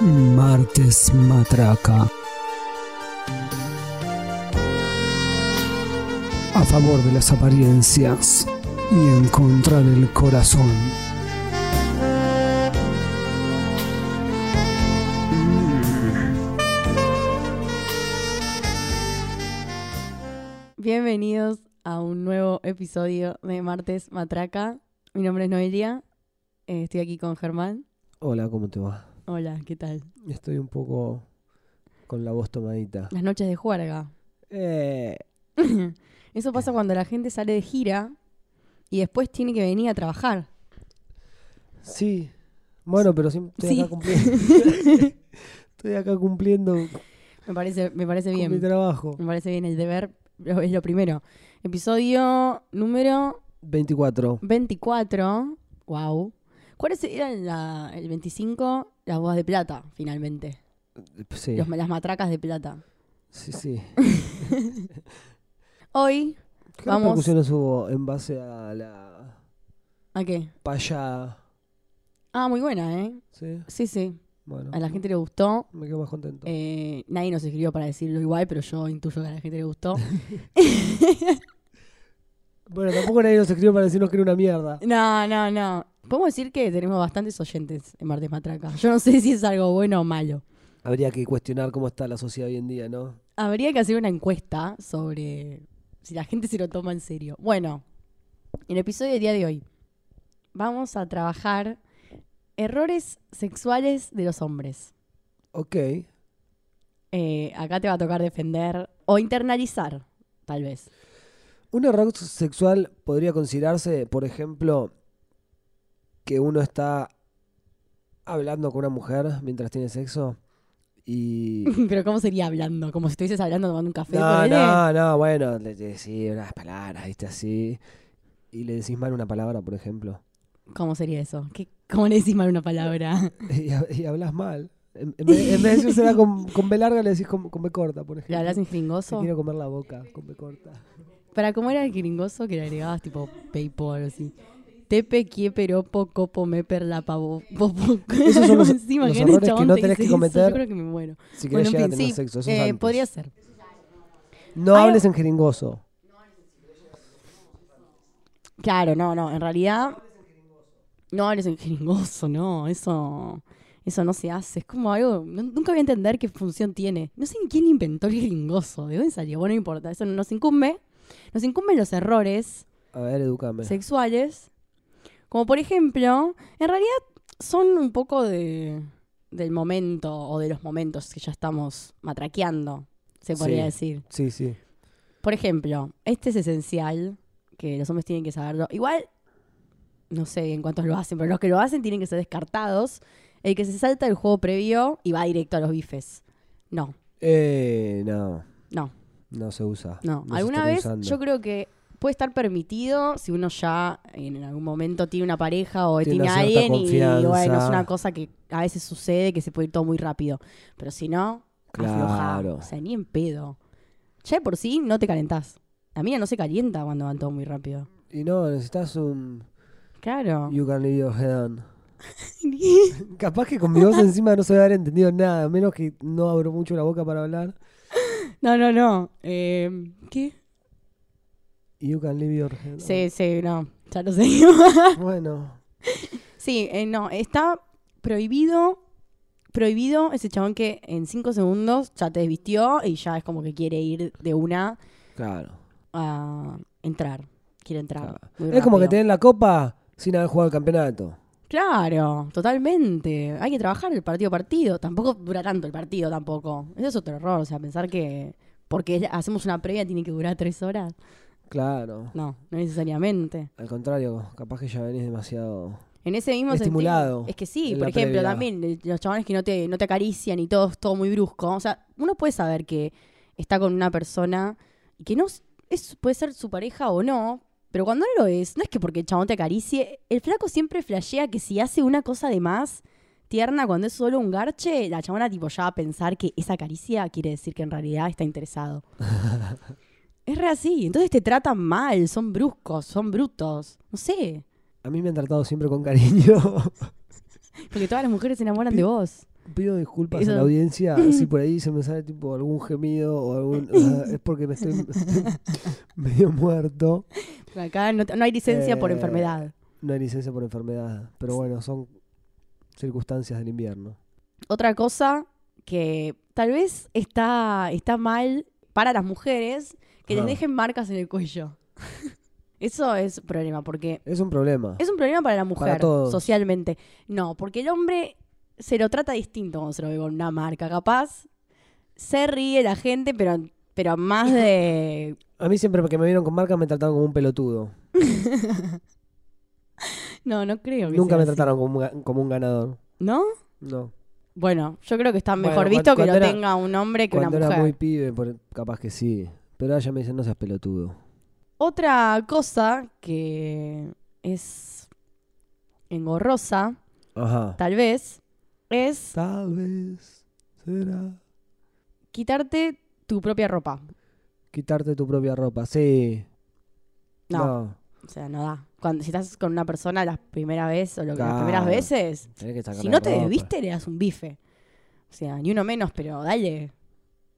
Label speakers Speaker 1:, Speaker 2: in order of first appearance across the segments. Speaker 1: Martes Matraca. A favor de las apariencias y en contra del corazón.
Speaker 2: Bienvenidos a un nuevo episodio de Martes Matraca. Mi nombre es Noelia. eh, estoy aquí con Germán.
Speaker 3: Hola, ¿cómo te va?
Speaker 2: Hola, ¿qué tal?
Speaker 3: Estoy un poco con la voz tomadita.
Speaker 2: Las noches de juerga.
Speaker 3: Eh,
Speaker 2: Eso pasa cuando la gente sale de gira y después tiene que venir a trabajar.
Speaker 3: sí. Bueno, pero sí, estoy
Speaker 2: Sí.
Speaker 3: acá cumpliendo. estoy acá cumpliendo
Speaker 2: Me parece, me parece
Speaker 3: con mi
Speaker 2: bien.
Speaker 3: trabajo.
Speaker 2: Me parece bien el deber. pero Es lo primero. Episodio número
Speaker 3: 24.
Speaker 2: 24. Wow. ¿Cuál es- era la- el 25? Las bodas de plata, finalmente.
Speaker 3: Sí,
Speaker 2: Los- las matracas de plata.
Speaker 3: sí, sí.
Speaker 2: Hoy,
Speaker 3: ¿Qué
Speaker 2: Vamos.
Speaker 3: repercusiones hubo en base a la
Speaker 2: ¿a qué?
Speaker 3: paya?
Speaker 2: Ah, muy buena, ¿eh?
Speaker 3: Sí,
Speaker 2: Sí, sí.
Speaker 3: bueno.
Speaker 2: A la gente le gustó.
Speaker 3: Me quedo más contento.
Speaker 2: Eh, nadie nos escribió para decirlo igual, pero yo intuyo que a la gente le gustó.
Speaker 3: Bueno, tampoco nadie nos escribió para decirnos que era una mierda.
Speaker 2: no, no, no. Podemos decir que tenemos bastantes oyentes en Martes Matraca. Yo no sé si es algo bueno o malo.
Speaker 3: Habría que cuestionar cómo está la sociedad hoy en día, ¿no?
Speaker 2: Habría que hacer una encuesta sobre si la gente se lo toma en serio. Bueno, en el episodio del día de hoy vamos a trabajar errores sexuales de los hombres.
Speaker 3: Ok.
Speaker 2: Eh, acá te va a tocar defender o internalizar, tal vez.
Speaker 3: Un error sexual podría considerarse, por ejemplo, que uno está hablando con una mujer mientras tiene sexo y...
Speaker 2: Pero ¿cómo sería hablando? Como si estuvieses hablando tomando un café.
Speaker 3: No,
Speaker 2: ponele.
Speaker 3: no, no, bueno, le decís unas palabras, viste así, y le decís mal una palabra, por ejemplo,
Speaker 2: ¿Cómo sería eso? ¿Qué, ¿Cómo le decís mal una palabra?
Speaker 3: y, ha- y hablas mal. En, en vez, en vez de decírsela con, con B larga, le decís con, con B corta, por
Speaker 2: ¿Le
Speaker 3: ejemplo.
Speaker 2: hablas en
Speaker 3: Te
Speaker 2: jeringoso?
Speaker 3: quiero comer la boca con B corta.
Speaker 2: Para cómo era el jeringoso que le agregabas tipo PayPal o así. Tepe, quieperopo, copo, meper, la pavo, popo.
Speaker 3: Esos son los-
Speaker 2: Encima,
Speaker 3: los
Speaker 2: que en el
Speaker 3: errores que
Speaker 2: chabón
Speaker 3: no
Speaker 2: te
Speaker 3: tenés que
Speaker 2: dice eso, Yo
Speaker 3: cometer.
Speaker 2: creo que me muero.
Speaker 3: Si
Speaker 2: Bueno, en
Speaker 3: querés llegar
Speaker 2: fin,
Speaker 3: a tener
Speaker 2: sí.
Speaker 3: sexo, eso es
Speaker 2: eh,
Speaker 3: antes.
Speaker 2: podría ser.
Speaker 3: No
Speaker 2: Hay-
Speaker 3: hables en jeringoso.
Speaker 2: Claro, no, no. En realidad. No hables en jeringoso, no. Eso. Eso no se hace. Es como algo. no- nunca voy a entender qué función tiene. No sé ni quién inventó el jeringoso. ¿De dónde salió? Bueno, no importa. Eso no nos incumbe. Nos incumben los errores
Speaker 3: A ver, educame.
Speaker 2: sexuales. Como por ejemplo, en realidad son un poco de, del momento o de los momentos que ya estamos matraqueando, se
Speaker 3: Sí.
Speaker 2: podría decir.
Speaker 3: Sí, sí.
Speaker 2: Por ejemplo, este es esencial, que los hombres tienen que saberlo. Igual, no sé en cuántos lo hacen, pero los que lo hacen tienen que ser descartados. El que se salta el juego previo y va directo a los bifes. No,
Speaker 3: Eh, no.
Speaker 2: No.
Speaker 3: No se usa.
Speaker 2: no.
Speaker 3: se
Speaker 2: Alguna
Speaker 3: estaría
Speaker 2: vez
Speaker 3: usando.
Speaker 2: yo creo que puede estar permitido si uno ya en algún momento tiene una pareja o
Speaker 3: Tiene
Speaker 2: tiene, a
Speaker 3: una cierta
Speaker 2: alguien y bueno, es
Speaker 3: confianza.
Speaker 2: una cosa que a veces sucede que se puede ir todo muy rápido. Pero si no, afloja.
Speaker 3: Claro.
Speaker 2: O sea, ni en pedo. Ya de por sí no te calentás. La mía no se calienta cuando van todo muy rápido.
Speaker 3: Y no, necesitas un
Speaker 2: Claro.
Speaker 3: You Can Leave Your Head On. Capaz que con mi voz encima no se va a haber entendido nada, a menos que no abro mucho la boca para hablar.
Speaker 2: No, no, no. Eh, ¿Qué?
Speaker 3: You Can Leave Your Head On.
Speaker 2: Sí, sí, no. Ya lo sé.
Speaker 3: Bueno,
Speaker 2: sí, eh, no. Está prohibido. Prohibido ese chabón que en cinco segundos ya te desvistió y ya es como que quiere ir de una
Speaker 3: claro.
Speaker 2: a entrar. Quiere entrar.
Speaker 3: Claro.
Speaker 2: muy
Speaker 3: Es como que
Speaker 2: rápido.
Speaker 3: te den la copa sin haber jugado el campeonato.
Speaker 2: Claro, totalmente. Hay que trabajar el partido a partido. Tampoco dura tanto el partido, tampoco. Eso es otro error, o sea, pensar que porque hacemos una previa tiene que durar tres horas.
Speaker 3: Claro.
Speaker 2: No, no necesariamente.
Speaker 3: Al contrario, capaz que ya venís demasiado.
Speaker 2: En ese mismo
Speaker 3: Estimulado
Speaker 2: sentido. Es que sí,
Speaker 3: en
Speaker 2: por
Speaker 3: la
Speaker 2: ejemplo,
Speaker 3: previa.
Speaker 2: también eh, los chavales que no te, no te acarician y todo, es todo muy brusco. O sea, uno puede saber que está con una persona y que no s- es, puede ser su pareja o no. Pero cuando no lo es, no es que porque el chabón te acaricie. El flaco siempre flashea que si hace una cosa de más tierna cuando es solo un garche, la chabona tipo ya va a pensar que esa caricia quiere decir que en realidad está interesado. es re así. Entonces te tratan mal, son bruscos, son brutos. No sé.
Speaker 3: A mí me han tratado siempre con cariño.
Speaker 2: Porque todas las mujeres se enamoran de vos.
Speaker 3: Pido disculpas
Speaker 2: Eso.
Speaker 3: a la audiencia si por ahí se me sale tipo algún gemido o algún. o sea, es porque me estoy medio muerto.
Speaker 2: Acá no, te- no hay licencia por
Speaker 3: Eh,
Speaker 2: enfermedad.
Speaker 3: No hay licencia por enfermedad. Pero bueno, son circunstancias del invierno.
Speaker 2: Otra cosa que tal vez está, está mal para las mujeres, que les
Speaker 3: Ah.
Speaker 2: dejen marcas en el cuello. Eso es un problema, porque
Speaker 3: Es un problema.
Speaker 2: es un problema para la mujer
Speaker 3: todos.
Speaker 2: socialmente. No, porque el hombre se lo trata distinto cuando se lo ve con una marca. Capaz se ríe la gente, pero, pero más de...
Speaker 3: A mí siempre que me vieron con marcas me trataron como un pelotudo.
Speaker 2: No, no creo que
Speaker 3: Nunca
Speaker 2: sea
Speaker 3: me
Speaker 2: así.
Speaker 3: trataron como un, ga- como un ganador.
Speaker 2: ¿no?
Speaker 3: No.
Speaker 2: Bueno, yo creo que está
Speaker 3: Bueno,
Speaker 2: mejor
Speaker 3: cuan-
Speaker 2: visto que lo
Speaker 3: cuando era-
Speaker 2: tenga un hombre que una
Speaker 3: Cuando
Speaker 2: mujer.
Speaker 3: era muy pibe, por- capaz que sí. Pero ahora ya me dicen, no seas pelotudo.
Speaker 2: Otra cosa que es engorrosa,
Speaker 3: Ajá.
Speaker 2: tal vez, es
Speaker 3: Tal vez será
Speaker 2: quitarte tu propia ropa.
Speaker 3: quitarte tu propia ropa. Sí.
Speaker 2: No,
Speaker 3: No.
Speaker 2: o sea, no da. Cuando si estás con una persona la primera vez o lo que las
Speaker 3: Claro.
Speaker 2: primeras veces,
Speaker 3: tenés que sacar
Speaker 2: si
Speaker 3: la
Speaker 2: no te
Speaker 3: ropa.
Speaker 2: desviste le das un bife. O sea, ni uno menos, pero dale.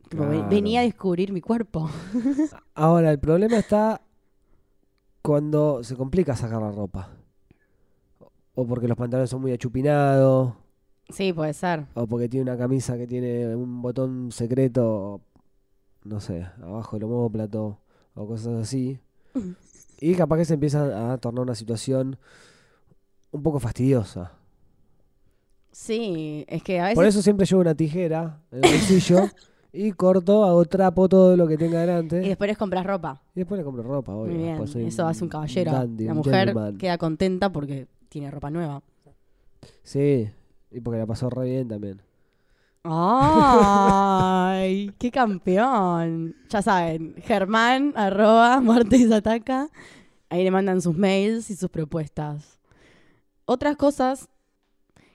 Speaker 2: Tipo, ve-
Speaker 3: Claro.
Speaker 2: Venía a descubrir mi cuerpo.
Speaker 3: Ahora, el problema está cuando se complica sacar la ropa. O porque los pantalones son muy achupinados,
Speaker 2: Sí, puede ser.
Speaker 3: o porque tiene una camisa que tiene un botón secreto, no sé, abajo del homóplato, o cosas así.
Speaker 2: Mm.
Speaker 3: Y capaz que se empieza a tornar una situación un poco fastidiosa.
Speaker 2: Sí, es que a
Speaker 3: Por
Speaker 2: veces
Speaker 3: eso siempre llevo una tijera en el bolsillo y corto, hago trapo todo lo que tenga
Speaker 2: y
Speaker 3: delante.
Speaker 2: después les compras ropa.
Speaker 3: Y después le compro ropa, eh. obvio.
Speaker 2: Muy bien,
Speaker 3: Después soy
Speaker 2: eso hace un caballero.
Speaker 3: dandy,
Speaker 2: la
Speaker 3: un
Speaker 2: mujer
Speaker 3: gentleman.
Speaker 2: queda contenta porque tiene ropa nueva.
Speaker 3: Sí, y porque la pasó re bien también.
Speaker 2: ¡Ay! ¡Qué campeón! Ya saben, Germán, arroba, Martes Ataca. Ahí le mandan sus mails y sus propuestas. Otras cosas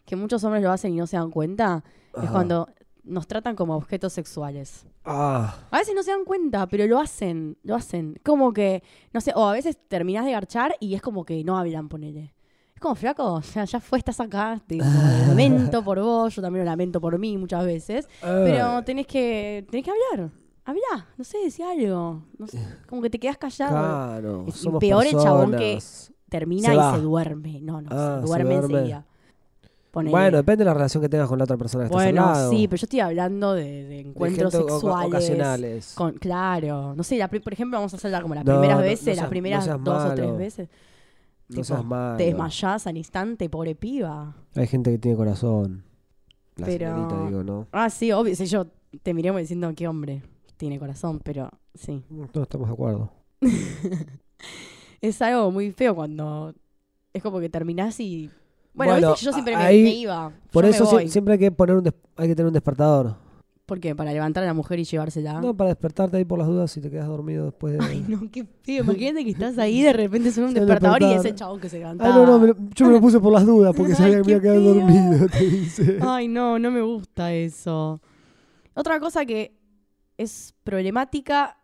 Speaker 2: que muchos hombres lo hacen y no se dan cuenta es
Speaker 3: Ajá.
Speaker 2: cuando nos tratan como objetos sexuales.
Speaker 3: Ah,
Speaker 2: A veces no se dan cuenta, pero lo hacen, lo hacen. Como que, no sé, o a veces terminás de garchar y es como que no hablan, ponele. Es como flaco, o sea, ya fue, estás acá, te lo lamento por vos, yo también lo lamento por mí muchas veces, pero
Speaker 3: eh,
Speaker 2: tenés que, tenés que hablar. Hablá, no sé, decí algo. No
Speaker 3: Eh.
Speaker 2: sé, como que te quedás callado.
Speaker 3: claro,
Speaker 2: Es- y
Speaker 3: ah, somos
Speaker 2: peor el chabón que-
Speaker 3: personas.
Speaker 2: Termina
Speaker 3: se
Speaker 2: y
Speaker 3: va.
Speaker 2: se duerme. No, no,
Speaker 3: Ah,
Speaker 2: se
Speaker 3: se
Speaker 2: duerme
Speaker 3: duerme.
Speaker 2: enseguida. Ponele.
Speaker 3: Bueno, depende de la relación que tengas con la otra persona que estás al
Speaker 2: bueno
Speaker 3: lado.
Speaker 2: sí, pero yo estoy hablando de, de
Speaker 3: De
Speaker 2: encuentros
Speaker 3: gente oca-
Speaker 2: sexuales.
Speaker 3: ocasionales.
Speaker 2: Con- claro, no sé, la pri- por ejemplo, vamos a hacerla como las
Speaker 3: No,
Speaker 2: primeras
Speaker 3: no-
Speaker 2: veces,
Speaker 3: no
Speaker 2: las
Speaker 3: seas- no
Speaker 2: primeras
Speaker 3: seas
Speaker 2: dos o tres
Speaker 3: malo.
Speaker 2: veces.
Speaker 3: no
Speaker 2: tipo,
Speaker 3: seas malo.
Speaker 2: Te desmayás al instante, pobre piba.
Speaker 3: Hay gente que tiene corazón. La
Speaker 2: Pero-
Speaker 3: señorita, digo, ¿no?
Speaker 2: Ah, sí, obvio, si yo te miré como diciendo qué hombre tiene corazón, pero sí.
Speaker 3: No estamos de acuerdo.
Speaker 2: Es algo muy feo cuando es como que terminás y. Bueno, a
Speaker 3: Bueno,
Speaker 2: veces yo siempre me-
Speaker 3: ahí-
Speaker 2: me, iba.
Speaker 3: Por
Speaker 2: yo
Speaker 3: eso
Speaker 2: me
Speaker 3: sie-
Speaker 2: voy.
Speaker 3: siempre hay que poner un des- hay que tener un despertador.
Speaker 2: ¿Por qué? Para levantar a la mujer y llevársela.
Speaker 3: No, para despertarte ahí por las dudas si te quedas dormido después de.
Speaker 2: Ah. Ay, no, qué feo. Imagínate que estás ahí de repente suena un
Speaker 3: Se
Speaker 2: despertador y
Speaker 3: despertaba.
Speaker 2: ese chabón que se levanta.
Speaker 3: Ah, no, no, me lo- yo me lo puse por las dudas porque
Speaker 2: Ay,
Speaker 3: sabía que me iba a
Speaker 2: qué
Speaker 3: quedar
Speaker 2: feo.
Speaker 3: dormido, te dice.
Speaker 2: Ay, no, no me gusta eso. Otra cosa que es problemática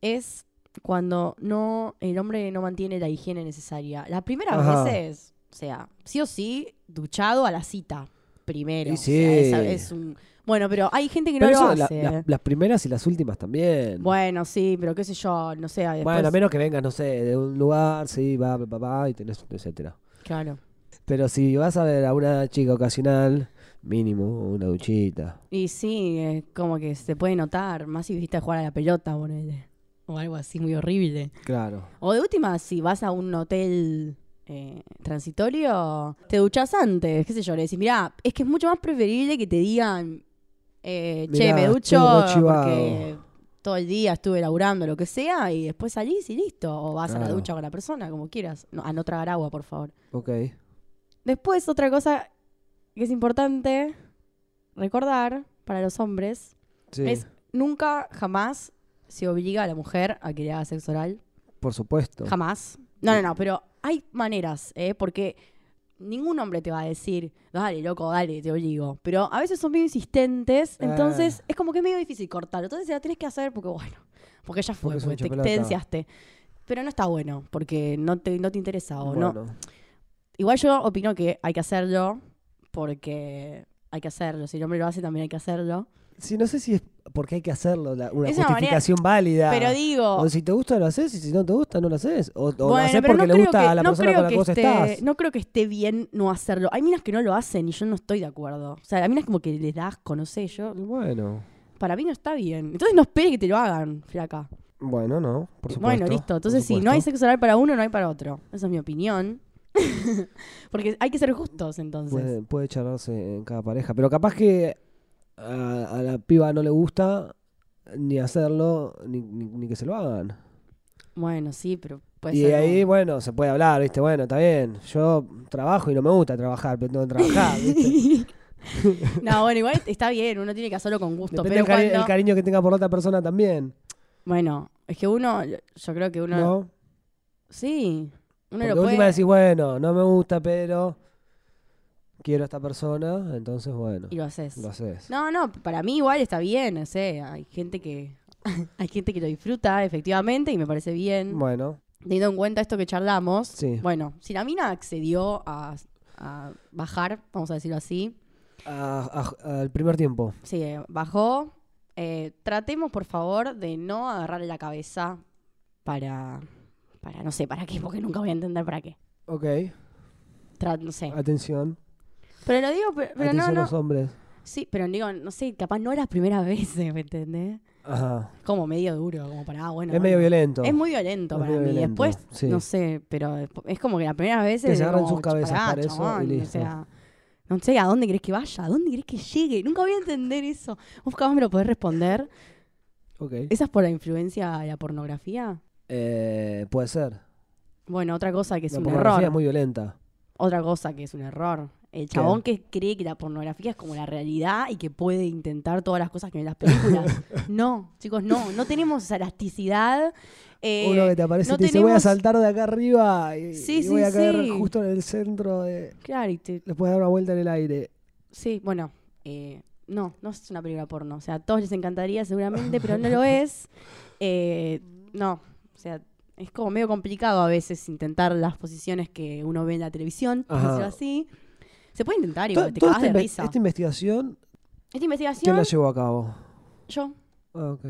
Speaker 2: es cuando no el hombre no mantiene la higiene necesaria. Las primeras
Speaker 3: Ajá.
Speaker 2: veces, o sea, sí o sí, duchado a la cita primero.
Speaker 3: Y
Speaker 2: O sea, es- es,
Speaker 3: sí.
Speaker 2: un bueno, pero hay gente que
Speaker 3: Pero
Speaker 2: no
Speaker 3: eso,
Speaker 2: lo
Speaker 3: la-
Speaker 2: hace.
Speaker 3: la- las primeras y las últimas también.
Speaker 2: Bueno, sí, pero qué sé yo, no sé, después,
Speaker 3: Bueno, a menos que vengas, no sé, de un lugar, sí, va, va, va, va, y tenés, etcétera.
Speaker 2: claro.
Speaker 3: Pero si vas a ver a una chica ocasional, mínimo una duchita.
Speaker 2: Y sí, es como que se puede notar, más si viste jugar a la pelota, ponele. O algo así muy horrible.
Speaker 3: Claro.
Speaker 2: O de última, si vas a un hotel eh, transitorio, te duchas antes, qué sé yo, le decís, mirá, es que es mucho más preferible que te digan, eh, che,
Speaker 3: Mirá,
Speaker 2: me
Speaker 3: estuve
Speaker 2: ducho
Speaker 3: rechivado.
Speaker 2: porque todo el día estuve laburando, lo que sea, y después salís y listo. O vas a la
Speaker 3: Claro.
Speaker 2: ducha con la persona, como quieras. No, a no tragar agua, por favor.
Speaker 3: Ok.
Speaker 2: Después, otra cosa que es importante recordar para los hombres
Speaker 3: Sí.
Speaker 2: es nunca, jamás se obliga a la mujer a que le haga sexo oral.
Speaker 3: Por supuesto.
Speaker 2: Jamás. No, no, no, pero hay maneras, ¿eh? Porque ningún hombre te va a decir, dale, loco, dale, te obligo. Pero a veces son medio insistentes,
Speaker 3: Ah.
Speaker 2: entonces es como que es medio difícil cortarlo. Entonces la tenés que hacer porque, bueno, porque ya fue,
Speaker 3: Porque
Speaker 2: porque,
Speaker 3: es un
Speaker 2: te,
Speaker 3: chapelota.
Speaker 2: te enciaste. Pero no está bueno, porque no te, no te interesa o no.
Speaker 3: Bueno,
Speaker 2: Igual yo opino que hay que hacerlo porque hay que hacerlo. Si el hombre lo hace, también hay que hacerlo.
Speaker 3: Sí, no sé si es porque hay que hacerlo, la- una
Speaker 2: Es una manera-
Speaker 3: justificación válida.
Speaker 2: Pero digo,
Speaker 3: O si te gusta lo haces, y si no te gusta no lo haces. O, o lo
Speaker 2: bueno,
Speaker 3: haces
Speaker 2: pero
Speaker 3: porque
Speaker 2: no
Speaker 3: le
Speaker 2: creo
Speaker 3: gusta
Speaker 2: que,
Speaker 3: a la
Speaker 2: no
Speaker 3: persona
Speaker 2: creo
Speaker 3: con la
Speaker 2: que
Speaker 3: que vos
Speaker 2: esté,
Speaker 3: estás.
Speaker 2: No creo que esté bien no hacerlo. Hay minas que no lo hacen y yo no estoy de acuerdo. O sea, a minas como que les da asco, no sé, yo...
Speaker 3: Bueno.
Speaker 2: Para mí no está bien. Entonces no esperes que te lo hagan, flaca.
Speaker 3: Bueno, no, por supuesto.
Speaker 2: Bueno, listo.
Speaker 3: por
Speaker 2: Entonces, si no hay
Speaker 3: supuesto.
Speaker 2: sexo oral para uno, no hay para otro. Esa es mi opinión. Porque hay que ser justos, entonces.
Speaker 3: Puede, puede charlarse en cada pareja. Pero capaz que a, a la piba no le gusta ni hacerlo, ni, ni- ni que se lo hagan.
Speaker 2: Bueno, sí, pero puede
Speaker 3: y
Speaker 2: ser.
Speaker 3: ahí,
Speaker 2: ¿no?
Speaker 3: bueno, se puede hablar, ¿viste? Bueno, está bien. Yo trabajo y no me gusta trabajar, pero tengo que trabajar, ¿viste?
Speaker 2: no, bueno, igual está bien. Uno tiene que hacerlo con gusto.
Speaker 3: Depende
Speaker 2: pero
Speaker 3: el, cari- el
Speaker 2: cuando.
Speaker 3: cariño que tenga por la otra persona también.
Speaker 2: Bueno, es que uno. Yo creo que uno.
Speaker 3: ¿No?
Speaker 2: Sí. Uno
Speaker 3: Porque
Speaker 2: lo puede.
Speaker 3: última decís, bueno, no me gusta, pero quiero a esta persona, entonces, bueno,
Speaker 2: Y lo haces.
Speaker 3: lo haces.
Speaker 2: No, no, para mí igual está bien. No sé, hay gente que. hay gente que lo disfruta, efectivamente, y me parece bien.
Speaker 3: Bueno,
Speaker 2: teniendo en cuenta esto que charlamos,
Speaker 3: Sí.
Speaker 2: bueno, si la mina accedió a, a bajar, vamos a decirlo así,
Speaker 3: a- a- al primer tiempo.
Speaker 2: sí, eh, bajó, eh, tratemos por favor de no agarrarle la cabeza para, para, no sé, para qué, porque nunca voy a entender para qué.
Speaker 3: Ok,
Speaker 2: Tra- no sé.
Speaker 3: atención.
Speaker 2: Pero lo digo, pero, pero no,
Speaker 3: atención
Speaker 2: no.
Speaker 3: los hombres.
Speaker 2: Sí, pero digo, no sé, capaz no las primeras veces, ¿me entendés?
Speaker 3: Ajá.
Speaker 2: Como medio duro, como para, ah, bueno.
Speaker 3: es
Speaker 2: bueno.
Speaker 3: medio violento.
Speaker 2: Es muy violento
Speaker 3: Es
Speaker 2: para mí.
Speaker 3: medio violento,
Speaker 2: Después,
Speaker 3: sí.
Speaker 2: no sé, pero despu- es como que las primeras veces.
Speaker 3: Que
Speaker 2: es
Speaker 3: se agarran
Speaker 2: como,
Speaker 3: sus cabezas
Speaker 2: "Pará,
Speaker 3: para eso y
Speaker 2: chabón", O
Speaker 3: listo.
Speaker 2: sea, no sé a dónde querés que vaya, a dónde querés que llegue. Nunca voy a entender eso. Vos capaz me lo podés responder.
Speaker 3: Ok.
Speaker 2: ¿Esa es por la influencia de la pornografía?
Speaker 3: Eh, puede ser.
Speaker 2: Bueno, otra cosa que es
Speaker 3: la
Speaker 2: un
Speaker 3: pornografía
Speaker 2: error.
Speaker 3: es muy violenta.
Speaker 2: Otra cosa que es un error. El chabón que cree que la pornografía es como la realidad y que puede intentar todas las cosas que ven en las películas. no, chicos, no. No tenemos esa elasticidad. eh,
Speaker 3: Uno que te aparece
Speaker 2: no
Speaker 3: y te dice, voy a
Speaker 2: tenemos-
Speaker 3: saltar de acá arriba y,
Speaker 2: Sí,
Speaker 3: y voy
Speaker 2: sí,
Speaker 3: a caer
Speaker 2: sí.
Speaker 3: justo en el centro. De...
Speaker 2: Claro, y te,
Speaker 3: Le puedes dar una vuelta en el aire.
Speaker 2: Sí, bueno, eh, no, no es una película porno. O sea, a todos les encantaría seguramente, pero no lo es. Eh, no, o sea, es como medio complicado a veces intentar las posiciones que uno ve en la televisión, por
Speaker 3: Ajá.
Speaker 2: decirlo así. Se puede intentar,
Speaker 3: To- este
Speaker 2: igual, te
Speaker 3: toda
Speaker 2: cagas
Speaker 3: esta,
Speaker 2: de
Speaker 3: inve-
Speaker 2: risa.
Speaker 3: esta investigación,
Speaker 2: Esta
Speaker 3: ¿quién
Speaker 2: investigación,
Speaker 3: la llevó a cabo?
Speaker 2: yo,
Speaker 3: Ah, ok.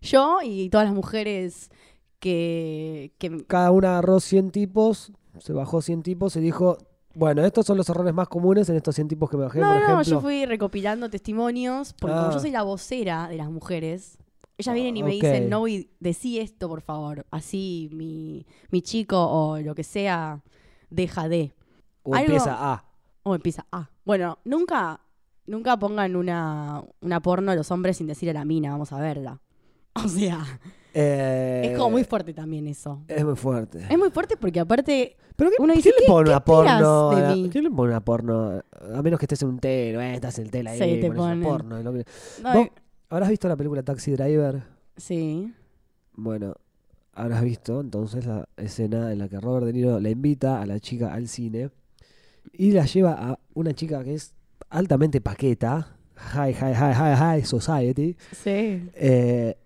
Speaker 2: yo y todas las mujeres que, que
Speaker 3: cada una agarró 100 tipos, se bajó 100 tipos y dijo, bueno, estos son los errores más comunes en estos 100 tipos que me bajé, por
Speaker 2: No,
Speaker 3: ejemplo.
Speaker 2: no, yo fui recopilando testimonios, porque como
Speaker 3: Ah.
Speaker 2: yo soy la vocera de las mujeres, ellas vienen y me
Speaker 3: Ah, ok.
Speaker 2: dicen, no, voy, decí esto, por favor, así mi, mi chico o lo que sea, deja de.
Speaker 3: O
Speaker 2: algo-
Speaker 3: empieza a.
Speaker 2: O empieza, ah, bueno, nunca, nunca pongan una, una porno a los hombres sin decir a la mina, vamos a verla. O sea,
Speaker 3: Eh,
Speaker 2: es como muy fuerte también eso.
Speaker 3: Es muy fuerte.
Speaker 2: Es muy fuerte porque aparte,
Speaker 3: Pero ¿qué,
Speaker 2: uno
Speaker 3: ¿quién
Speaker 2: dice, ¿qué-
Speaker 3: le pone
Speaker 2: qué
Speaker 3: una porno?
Speaker 2: esperas
Speaker 3: a
Speaker 2: de
Speaker 3: la-
Speaker 2: mí?
Speaker 3: ¿Quién le pone una porno? A menos que estés en un tel, eh, estás en el tel ahí,
Speaker 2: Sí, te
Speaker 3: pones una
Speaker 2: ponen.
Speaker 3: porno. y lo que-
Speaker 2: no,
Speaker 3: ¿Vos habrás visto la película Taxi Driver?
Speaker 2: sí,
Speaker 3: Bueno, habrás visto entonces la escena en la que Robert De Niro le invita a la chica al cine y la lleva a una chica que es altamente paqueta, high, high, high, high, high society,
Speaker 2: sí.
Speaker 3: eh,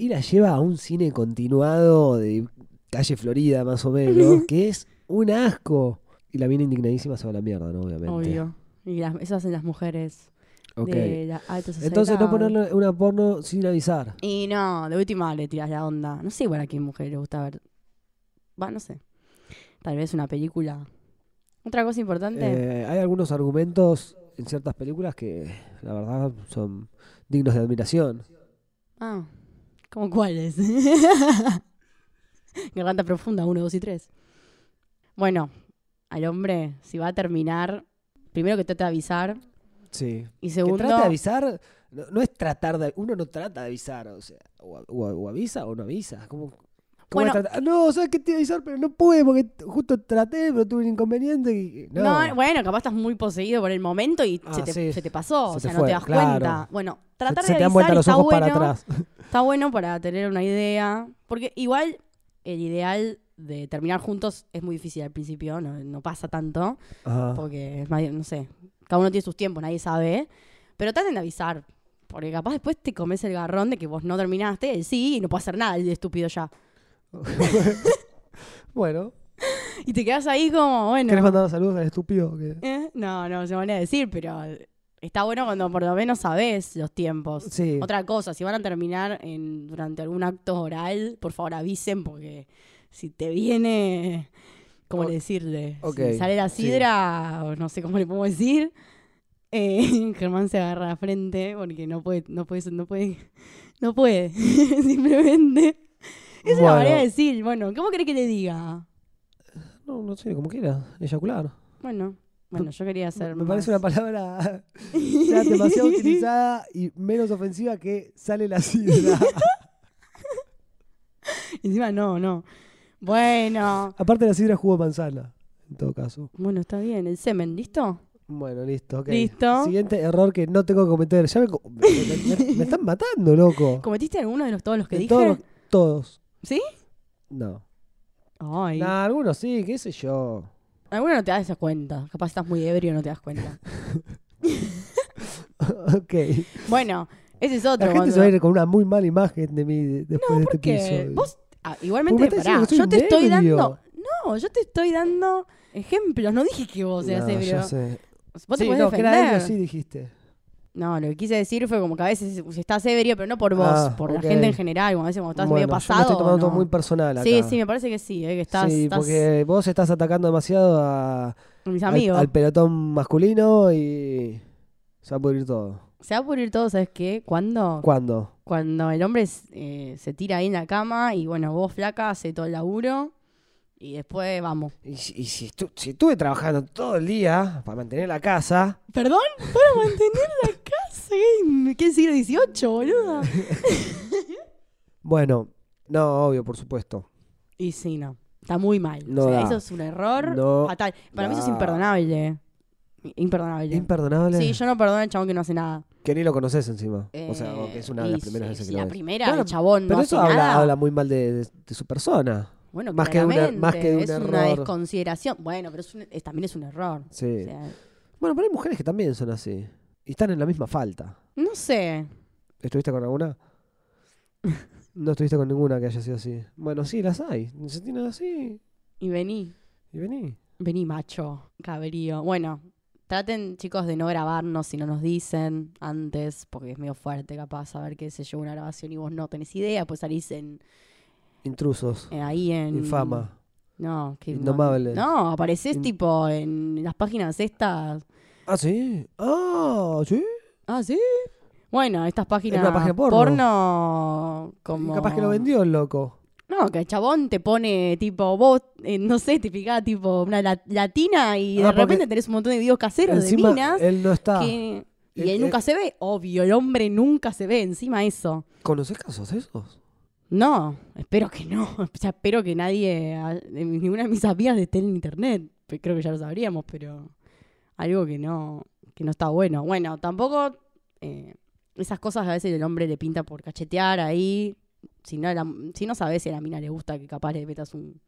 Speaker 3: y la lleva a un cine continuado de calle Florida más o menos, que es un asco. Y la viene indignadísima, se va a la mierda, ¿no? Obviamente.
Speaker 2: Obvio. Y las, eso hacen las mujeres
Speaker 3: Ok.
Speaker 2: de la alta sociedad.
Speaker 3: Entonces no ponerle una porno sin avisar.
Speaker 2: Y no, de última le tiras la onda. No sé igual a qué mujer le gusta ver. Va, no sé. Tal vez una película. Otra cosa importante.
Speaker 3: Eh, hay algunos argumentos en ciertas películas que la verdad son dignos de admiración.
Speaker 2: Ah, ¿cómo cuáles? Garganta profunda, uno, dos y tres. Bueno, al hombre, si va a terminar, primero que trate de avisar.
Speaker 3: Sí.
Speaker 2: Y
Speaker 3: Que
Speaker 2: segundo.
Speaker 3: trata de avisar, no, no es tratar de, uno no trata de avisar, o sea, o, o- o avisa o no avisa. ¿Cómo, cómo
Speaker 2: Bueno.
Speaker 3: es tratar? No, sabes que te iba a avisar, pero no pude porque justo traté, pero tuve un inconveniente. y- no.
Speaker 2: No. bueno, capaz estás muy poseído por el momento y
Speaker 3: Ah,
Speaker 2: se, te,
Speaker 3: sí.
Speaker 2: se te pasó,
Speaker 3: Se
Speaker 2: o
Speaker 3: te
Speaker 2: sea, no
Speaker 3: fue,
Speaker 2: te das
Speaker 3: claro.
Speaker 2: cuenta. Bueno,
Speaker 3: Se-
Speaker 2: tratar
Speaker 3: se,
Speaker 2: de
Speaker 3: te
Speaker 2: avisar
Speaker 3: dan vuelta los
Speaker 2: está
Speaker 3: ojos
Speaker 2: bueno,
Speaker 3: para atrás.
Speaker 2: está bueno para tener una idea, porque igual el ideal de terminar juntos es muy difícil al principio, no, no pasa tanto,
Speaker 3: Ajá.
Speaker 2: porque es más, no sé, cada uno tiene sus tiempos, nadie sabe, pero traten de avisar, porque capaz después te comes el garrón de que vos no terminaste, él sí, y no puede hacer nada el estúpido ya.
Speaker 3: bueno,
Speaker 2: Y te quedas ahí como, bueno.
Speaker 3: ¿Querés mandar saludos al estúpido? que-
Speaker 2: ¿eh? No, no se van a decir, pero está bueno cuando por lo menos sabes los tiempos.
Speaker 3: Sí.
Speaker 2: Otra cosa, si van a terminar en, durante algún acto oral, por favor avisen porque si te viene, ¿cómo
Speaker 3: O-
Speaker 2: le decirle?
Speaker 3: ok,
Speaker 2: Si sale la
Speaker 3: sí.
Speaker 2: sidra, o no sé cómo le podemos decir, eh, Germán se agarra la frente porque no puede, no puede, no puede, no puede, simplemente. Es una
Speaker 3: Bueno.
Speaker 2: manera de decir, bueno, ¿cómo querés que te diga?
Speaker 3: No, no sé, como quiera. Eyacular.
Speaker 2: Bueno, bueno, yo quería hacer
Speaker 3: Me parece una
Speaker 2: más.
Speaker 3: palabra ya demasiado utilizada y menos ofensiva que sale la sidra.
Speaker 2: Encima no, no. Bueno.
Speaker 3: Aparte la sidra es jugo de manzana, en todo caso.
Speaker 2: Bueno, está bien. El semen, ¿listo?
Speaker 3: Bueno, listo, ok.
Speaker 2: Listo.
Speaker 3: Siguiente error que no tengo que cometer. Ya me, co- me- me- me están matando, loco.
Speaker 2: ¿Cometiste alguno de los todos los que
Speaker 3: De
Speaker 2: dije?
Speaker 3: todos, los- todos.
Speaker 2: ¿Sí?
Speaker 3: No.
Speaker 2: Ay.
Speaker 3: Nah, algunos sí, qué sé yo.
Speaker 2: Alguno no te das cuenta. Capaz estás muy ebrio y no te das cuenta.
Speaker 3: ok.
Speaker 2: bueno, ese es
Speaker 3: La
Speaker 2: otro.
Speaker 3: gente
Speaker 2: Gonza.
Speaker 3: se va a ir con una muy mala imagen de mí de- después de este
Speaker 2: ¿Por qué?
Speaker 3: episodio.
Speaker 2: Vos, ah,
Speaker 3: Porque me
Speaker 2: igualmente,
Speaker 3: estás
Speaker 2: pará.
Speaker 3: diciendo
Speaker 2: Yo
Speaker 3: que
Speaker 2: te
Speaker 3: soy
Speaker 2: estoy
Speaker 3: un ebrio.
Speaker 2: dando... No, yo te estoy dando ejemplos. No dije que vos seas
Speaker 3: No, ya
Speaker 2: ebrio.
Speaker 3: sé.
Speaker 2: Vos te
Speaker 3: sí,
Speaker 2: podés
Speaker 3: no, que era
Speaker 2: defender.
Speaker 3: ebrio, sí dijiste.
Speaker 2: No, lo que quise decir fue como que a veces si estás ebrio, pero no por vos,
Speaker 3: Ah,
Speaker 2: por
Speaker 3: ok.
Speaker 2: la gente en general. Como a veces cuando estás
Speaker 3: Bueno,
Speaker 2: medio
Speaker 3: yo me
Speaker 2: pasado.
Speaker 3: estoy tomando todo
Speaker 2: no.
Speaker 3: muy personal acá.
Speaker 2: Sí, sí, me parece que sí. eh, que estás,
Speaker 3: Sí,
Speaker 2: estás
Speaker 3: porque vos estás atacando demasiado a,
Speaker 2: con mis
Speaker 3: al-
Speaker 2: amigos.
Speaker 3: Al, pelotón masculino y se va a pudrir todo.
Speaker 2: Se va a pudrir todo, ¿sabes qué? ¿Cuándo?
Speaker 3: ¿Cuándo?
Speaker 2: Cuando el hombre eh, se tira ahí en la cama y bueno, vos flaca, hace todo el laburo y después vamos.
Speaker 3: Y, si- y si, estu- si estuve trabajando todo el día para mantener la casa,
Speaker 2: ¿Perdón? ¿Para mantener la casa? ¿Qué, qué siglo XVIII, boluda?
Speaker 3: bueno, no, obvio, por supuesto.
Speaker 2: Y sí, no. Está muy mal.
Speaker 3: No
Speaker 2: o sea,
Speaker 3: da.
Speaker 2: eso es un error
Speaker 3: No
Speaker 2: fatal. Para mí eso es
Speaker 3: da.
Speaker 2: imperdonable. Imperdonable.
Speaker 3: Imperdonable.
Speaker 2: sí, yo no perdono al chabón que no hace nada.
Speaker 3: Que ni lo conoces encima. o sea,
Speaker 2: Eh,
Speaker 3: que es una de las
Speaker 2: y
Speaker 3: primeras
Speaker 2: sí,
Speaker 3: veces
Speaker 2: sí,
Speaker 3: que lo
Speaker 2: La
Speaker 3: ves.
Speaker 2: primera,
Speaker 3: Bueno,
Speaker 2: el chabón no
Speaker 3: Pero
Speaker 2: hace
Speaker 3: eso habla,
Speaker 2: nada.
Speaker 3: habla muy mal de, de- de su persona.
Speaker 2: Bueno,
Speaker 3: Más que de una-
Speaker 2: claramente,
Speaker 3: más que de un
Speaker 2: es una
Speaker 3: error.
Speaker 2: desconsideración. Bueno, pero es un- es- también es un error.
Speaker 3: Sí.
Speaker 2: O sea,
Speaker 3: Bueno, pero hay mujeres que también son así. Y están en la misma falta.
Speaker 2: no sé.
Speaker 3: ¿Estuviste con alguna? No estuviste con ninguna que haya sido así. Bueno, sí, las hay. Se tienen así
Speaker 2: Y vení,
Speaker 3: y vení.
Speaker 2: vení macho, cabrío. Bueno, traten chicos de no grabarnos si no nos dicen antes, porque es medio fuerte capaz saber que se llevó una grabación y vos no tenés idea, pues salís en,
Speaker 3: Intrusos.
Speaker 2: en- ahí en...
Speaker 3: Infama.
Speaker 2: No, que no-
Speaker 3: Indomable.
Speaker 2: No, apareces
Speaker 3: In-
Speaker 2: tipo en las páginas estas.
Speaker 3: Ah, sí. Ah, sí.
Speaker 2: Ah, sí. Bueno, estas páginas
Speaker 3: una página porno.
Speaker 2: porno como...
Speaker 3: Y capaz que lo vendió el loco.
Speaker 2: No, que el chabón te pone tipo, vos, eh, no sé, te fijás tipo una la- latina y
Speaker 3: Ah,
Speaker 2: de
Speaker 3: porque
Speaker 2: repente tenés un montón de videos caseros de
Speaker 3: Encima,
Speaker 2: minas
Speaker 3: él no está.
Speaker 2: que- Y
Speaker 3: Eh,
Speaker 2: él
Speaker 3: eh.
Speaker 2: nunca se ve, obvio, el hombre nunca se ve encima eso.
Speaker 3: ¿Conoces casos de esos?
Speaker 2: No, espero que no. O sea, espero que nadie, a- de mi- ninguna de mis amigas esté en internet. Pe- Creo que ya lo sabríamos, pero algo que no, que no está bueno. Bueno, tampoco eh, esas cosas a veces el hombre le pinta por cachetear ahí. Si no, la- si no sabes si a la mina le gusta que capaz le metas un,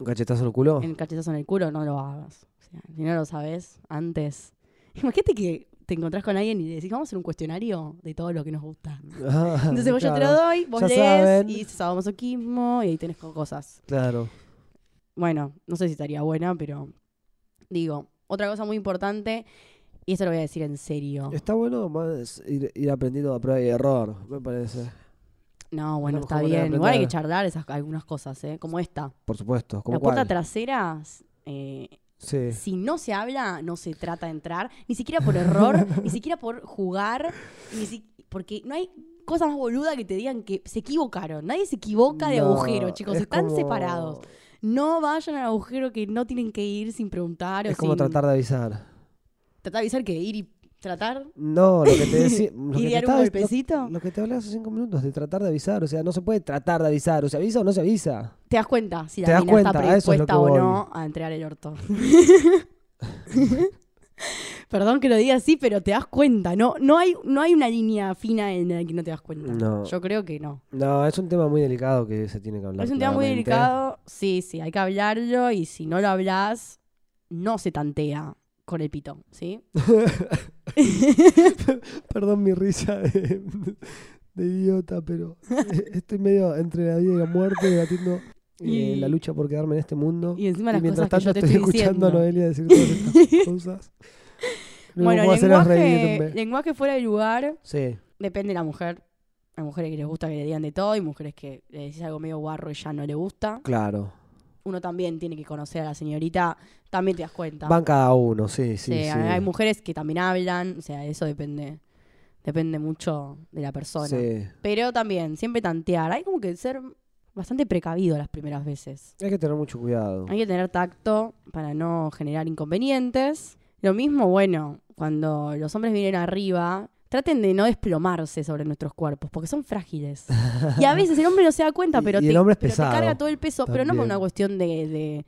Speaker 3: ¿Un cachetazo en el culo?
Speaker 2: en cachetazo en el culo, no lo hagas. O sea, si no lo sabes antes. Imagínate que te encontrás con alguien y le decís, vamos a hacer un cuestionario de todo lo que nos gusta.
Speaker 3: Ah,
Speaker 2: Entonces vos yo te
Speaker 3: claro,
Speaker 2: lo doy, vos
Speaker 3: Ya
Speaker 2: lees
Speaker 3: saben.
Speaker 2: y dices sadomasoquismo y ahí tenés co- cosas.
Speaker 3: Claro.
Speaker 2: Bueno, no sé si estaría buena, pero digo, otra cosa muy importante, y esto lo voy a decir en serio.
Speaker 3: Está bueno más ir, ir aprendiendo a prueba y error, me parece.
Speaker 2: No, bueno,
Speaker 3: la
Speaker 2: está
Speaker 3: mejor manera de
Speaker 2: bien. Igual hay que
Speaker 3: aprender.
Speaker 2: charlar esas algunas cosas, ¿eh? Como esta.
Speaker 3: Por supuesto.
Speaker 2: La
Speaker 3: ¿Cómo
Speaker 2: puerta
Speaker 3: cuál?
Speaker 2: trasera, eh,
Speaker 3: Sí.
Speaker 2: Si no se habla, no se trata de entrar, ni siquiera por error, ni siquiera por jugar, ni si- porque no hay cosa más boluda que te digan que se equivocaron. Nadie se equivoca de
Speaker 3: No,
Speaker 2: agujero, chicos,
Speaker 3: es
Speaker 2: están
Speaker 3: como-
Speaker 2: separados. No vayan al agujero que no tienen que ir sin preguntar o
Speaker 3: Es como
Speaker 2: sin
Speaker 3: tratar de avisar.
Speaker 2: tratar de avisar que ir y tratar
Speaker 3: No, lo que te decía.
Speaker 2: y dar un golpecito.
Speaker 3: Lo, que te hablé hace cinco minutos, de tratar de avisar. O sea, no se puede tratar de avisar. O se avisa o no se avisa.
Speaker 2: Te das cuenta si
Speaker 3: Te
Speaker 2: la
Speaker 3: das
Speaker 2: mina está
Speaker 3: cuenta, a eso es lo
Speaker 2: predispuesta
Speaker 3: que
Speaker 2: o
Speaker 3: voy.
Speaker 2: no a entregar el orto. Perdón que lo diga así, pero te das cuenta. No, no, hay, no hay una línea fina en la que no te das cuenta.
Speaker 3: No.
Speaker 2: Yo creo que no.
Speaker 3: No, es un tema muy delicado que se tiene que hablar.
Speaker 2: es un tema muy
Speaker 3: claramente.
Speaker 2: delicado. Sí, sí, hay que hablarlo y si no lo hablas, no se tantea con el pito, ¿sí?
Speaker 3: Perdón mi risa de, de idiota, pero estoy medio entre la vida y la muerte debatiendo eh,
Speaker 2: Y-
Speaker 3: la lucha por quedarme en este mundo.
Speaker 2: Y encima las
Speaker 3: mientras
Speaker 2: cosas que
Speaker 3: tanto
Speaker 2: yo te
Speaker 3: estoy,
Speaker 2: estoy
Speaker 3: eh, escuchando a
Speaker 2: diciendo.
Speaker 3: Noelia decir todas estas cosas. Lo que
Speaker 2: Bueno,
Speaker 3: puedo hacer es
Speaker 2: lenguaje,
Speaker 3: reírme.
Speaker 2: lenguaje fuera de lugar
Speaker 3: Sí,
Speaker 2: depende de la mujer. Hay mujeres que les gusta que le digan de todo y mujeres que le decís algo medio guarro y ya no le gusta.
Speaker 3: claro.
Speaker 2: Uno también tiene que conocer a la señorita, también te das cuenta.
Speaker 3: Van cada uno, sí, sí,
Speaker 2: O
Speaker 3: sí.
Speaker 2: sea, Hay mujeres que también hablan, o sea, eso depende depende mucho de la persona.
Speaker 3: Sí.
Speaker 2: Pero también, siempre tantear. Hay como que ser bastante precavido las primeras veces.
Speaker 3: Hay que tener mucho cuidado.
Speaker 2: Hay que tener tacto para no generar inconvenientes. Lo mismo, bueno, cuando los hombres vienen arriba, traten de no desplomarse sobre nuestros cuerpos, porque son frágiles. Y a veces el hombre no se da cuenta,
Speaker 3: Y-
Speaker 2: pero,
Speaker 3: y
Speaker 2: te,
Speaker 3: el hombre es
Speaker 2: pero te
Speaker 3: pesado
Speaker 2: carga todo el peso. Pero no por
Speaker 3: también.
Speaker 2: una cuestión de... de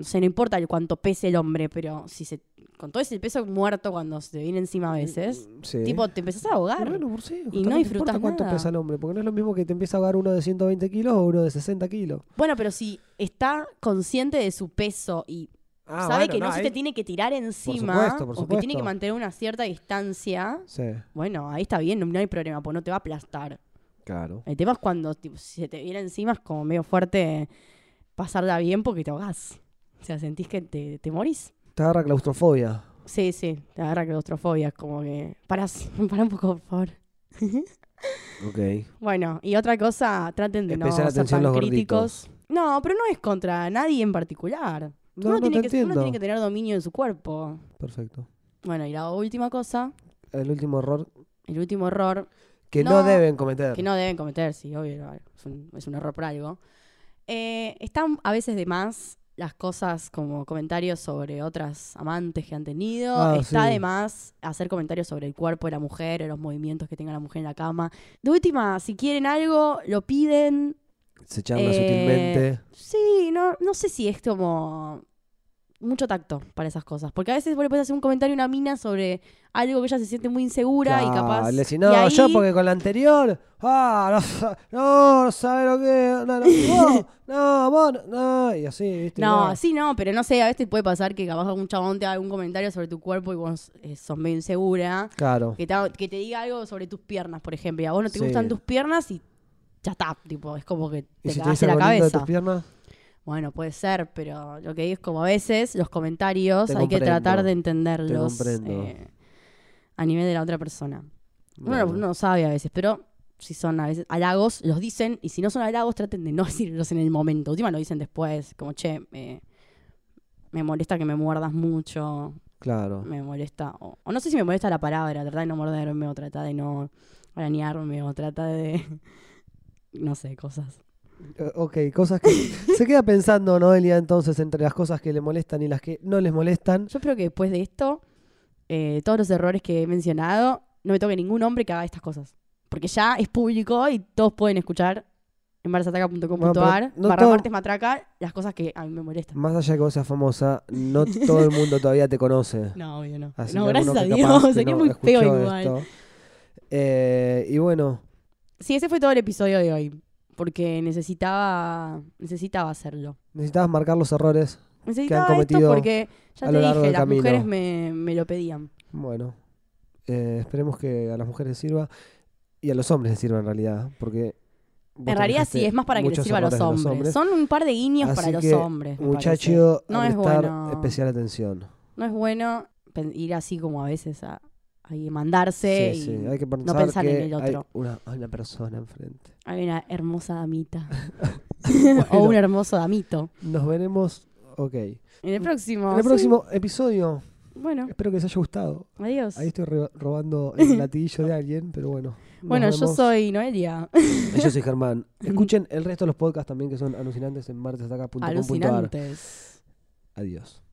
Speaker 2: o sea, no importa el cuánto pese el hombre, pero si se, con todo ese peso muerto cuando se te viene encima a veces,
Speaker 3: Sí.
Speaker 2: tipo, te empezás a
Speaker 3: Y
Speaker 2: ahogar.
Speaker 3: Eh. bueno, por sí,
Speaker 2: Y no
Speaker 3: tampoco
Speaker 2: disfrutás
Speaker 3: importa cuánto
Speaker 2: nada.
Speaker 3: pesa el hombre, porque no es lo mismo que te empieza a ahogar uno de 120 kilos o uno de 60 kilos.
Speaker 2: Bueno, pero si está consciente de su peso y
Speaker 3: Ah,
Speaker 2: sabe
Speaker 3: bueno,
Speaker 2: que no, se
Speaker 3: ahí-
Speaker 2: te tiene que tirar encima
Speaker 3: supuesto, por
Speaker 2: o que tiene que
Speaker 3: supuesto.
Speaker 2: mantener una cierta distancia,
Speaker 3: Sí,
Speaker 2: bueno, ahí está bien, no hay problema, pues no te va a aplastar.
Speaker 3: claro.
Speaker 2: El tema es cuando tipo, si se te viene encima es como medio fuerte pasarla bien porque te ahogás. O sea, sentís que te, te morís.
Speaker 3: Te agarra claustrofobia.
Speaker 2: Sí, sí, te agarra claustrofobia, es como que... Parás, pará un poco, por favor.
Speaker 3: Ok.
Speaker 2: Bueno, y otra cosa, traten de
Speaker 3: Especial
Speaker 2: no ser
Speaker 3: atención a
Speaker 2: tan
Speaker 3: los
Speaker 2: críticos. No, pero no es contra nadie en particular.
Speaker 3: No,
Speaker 2: uno,
Speaker 3: no
Speaker 2: tiene
Speaker 3: te
Speaker 2: que, uno
Speaker 3: entiendo.
Speaker 2: tiene que tener dominio de su cuerpo.
Speaker 3: Perfecto.
Speaker 2: Bueno, y la última cosa,
Speaker 3: El último error
Speaker 2: el último error,
Speaker 3: que no,
Speaker 2: No,
Speaker 3: deben cometer.
Speaker 2: que no deben cometer, sí, obvio, no, es un, es un error por algo. Eh, están a veces de más las cosas como comentarios sobre otras amantes que han tenido.
Speaker 3: Ah,
Speaker 2: Está
Speaker 3: sí.
Speaker 2: de más hacer comentarios sobre el cuerpo de la mujer, o los movimientos que tenga la mujer en la cama. De última, si quieren algo, lo piden,
Speaker 3: Se charla
Speaker 2: Eh,
Speaker 3: sutilmente.
Speaker 2: Sí, no, no sé si es como mucho tacto para esas cosas. Porque a veces vos le puedes hacer un comentario a una mina sobre algo que ella se siente muy insegura y capaz.
Speaker 3: Le decís,
Speaker 2: y
Speaker 3: no,
Speaker 2: ahí-
Speaker 3: yo porque con la anterior. Ah, no, sa- no, no sabe lo que. es, No, no, vos, no, vos, no. Y así, ¿viste?
Speaker 2: No,
Speaker 3: no.
Speaker 2: sí, no, pero no sé, a veces te puede pasar que capaz algún chabón te haga algún comentario sobre tu cuerpo y vos eh, sos medio insegura.
Speaker 3: Claro.
Speaker 2: Que te, haga- que te diga algo sobre tus piernas, por ejemplo, y a vos no te
Speaker 3: Sí.
Speaker 2: gustan tus piernas y ya está, tipo, es como que te
Speaker 3: ¿Y si te
Speaker 2: cagaste
Speaker 3: dice
Speaker 2: la
Speaker 3: algo lindo de tus
Speaker 2: cabeza.
Speaker 3: piernas?
Speaker 2: Bueno, puede ser, pero lo que digo es como a veces los comentarios
Speaker 3: Te
Speaker 2: hay que tratar de
Speaker 3: te
Speaker 2: entenderlos
Speaker 3: comprendo.
Speaker 2: eh, a nivel de la otra persona. Uno
Speaker 3: Bueno.
Speaker 2: no- uno no sabe a veces, pero si son a veces halagos, los dicen, y si no son halagos, traten de no decirlos en el momento. Última lo dicen después, como che, eh, me molesta que me muerdas mucho,
Speaker 3: Claro.
Speaker 2: me molesta, o, o no sé si me molesta la palabra, trata de no morderme, o trata de no arañarme, o trata de. no sé, cosas.
Speaker 3: Eh, Ok, cosas que. se queda pensando Noelia entonces entre las cosas que le molestan y las que no les molestan.
Speaker 2: Yo espero que después de esto, eh, todos los errores que he mencionado, no me toque ningún hombre que haga estas cosas. Porque ya es público y todos pueden escuchar en
Speaker 3: Bueno,
Speaker 2: marsataca.com.ar
Speaker 3: pero no
Speaker 2: barra
Speaker 3: todo-
Speaker 2: martes matraca las cosas que a mí me molestan.
Speaker 3: Más allá de que vos seas famosa, no todo el mundo todavía te conoce.
Speaker 2: No, obvio no.
Speaker 3: Así
Speaker 2: no,
Speaker 3: que alguno
Speaker 2: gracias a
Speaker 3: que capaz
Speaker 2: Dios.
Speaker 3: que
Speaker 2: Sería
Speaker 3: no
Speaker 2: muy feo
Speaker 3: escuchó
Speaker 2: igual.
Speaker 3: esto. Eh, y bueno,
Speaker 2: Sí, ese fue todo el episodio de hoy. Porque necesitaba, necesitaba hacerlo.
Speaker 3: necesitabas marcar los errores.
Speaker 2: Necesitaba esto
Speaker 3: cometido
Speaker 2: porque, ya
Speaker 3: a
Speaker 2: te
Speaker 3: lo largo
Speaker 2: dije,
Speaker 3: del
Speaker 2: las
Speaker 3: camino.
Speaker 2: mujeres me, me lo pedían.
Speaker 3: Bueno, eh, esperemos que a las mujeres les sirva y a los hombres les sirva en realidad, porque vos
Speaker 2: En realidad
Speaker 3: trabajaste
Speaker 2: sí, es más para que les
Speaker 3: muchos
Speaker 2: sirva a los
Speaker 3: errores de
Speaker 2: hombres. Son un par de guiños
Speaker 3: Así
Speaker 2: para los
Speaker 3: que,
Speaker 2: hombres. me parece.
Speaker 3: Muchacho,
Speaker 2: No
Speaker 3: no
Speaker 2: es bueno.
Speaker 3: especial atención.
Speaker 2: No es bueno pen- ir así como a veces a, a ir mandarse.
Speaker 3: Sí,
Speaker 2: y
Speaker 3: sí, hay que pensar,
Speaker 2: pensar en
Speaker 3: que
Speaker 2: el
Speaker 3: hay
Speaker 2: otro.
Speaker 3: una, hay una persona enfrente.
Speaker 2: Hay una hermosa damita. o
Speaker 3: Bueno.
Speaker 2: un hermoso damito.
Speaker 3: Nos veremos, ok.
Speaker 2: En el próximo.
Speaker 3: Mm. en el
Speaker 2: sí.
Speaker 3: próximo episodio,
Speaker 2: Bueno,
Speaker 3: espero que les haya gustado.
Speaker 2: adiós.
Speaker 3: Ahí estoy re- robando el latillo de alguien, pero bueno. nos
Speaker 2: Bueno, yo
Speaker 3: vemos.
Speaker 2: soy Noelia.
Speaker 3: Y Yo soy Germán. Escuchen el resto de los podcasts también que son alucinantes en martesataca.com.ar.
Speaker 2: Alucinantes.
Speaker 3: Adiós.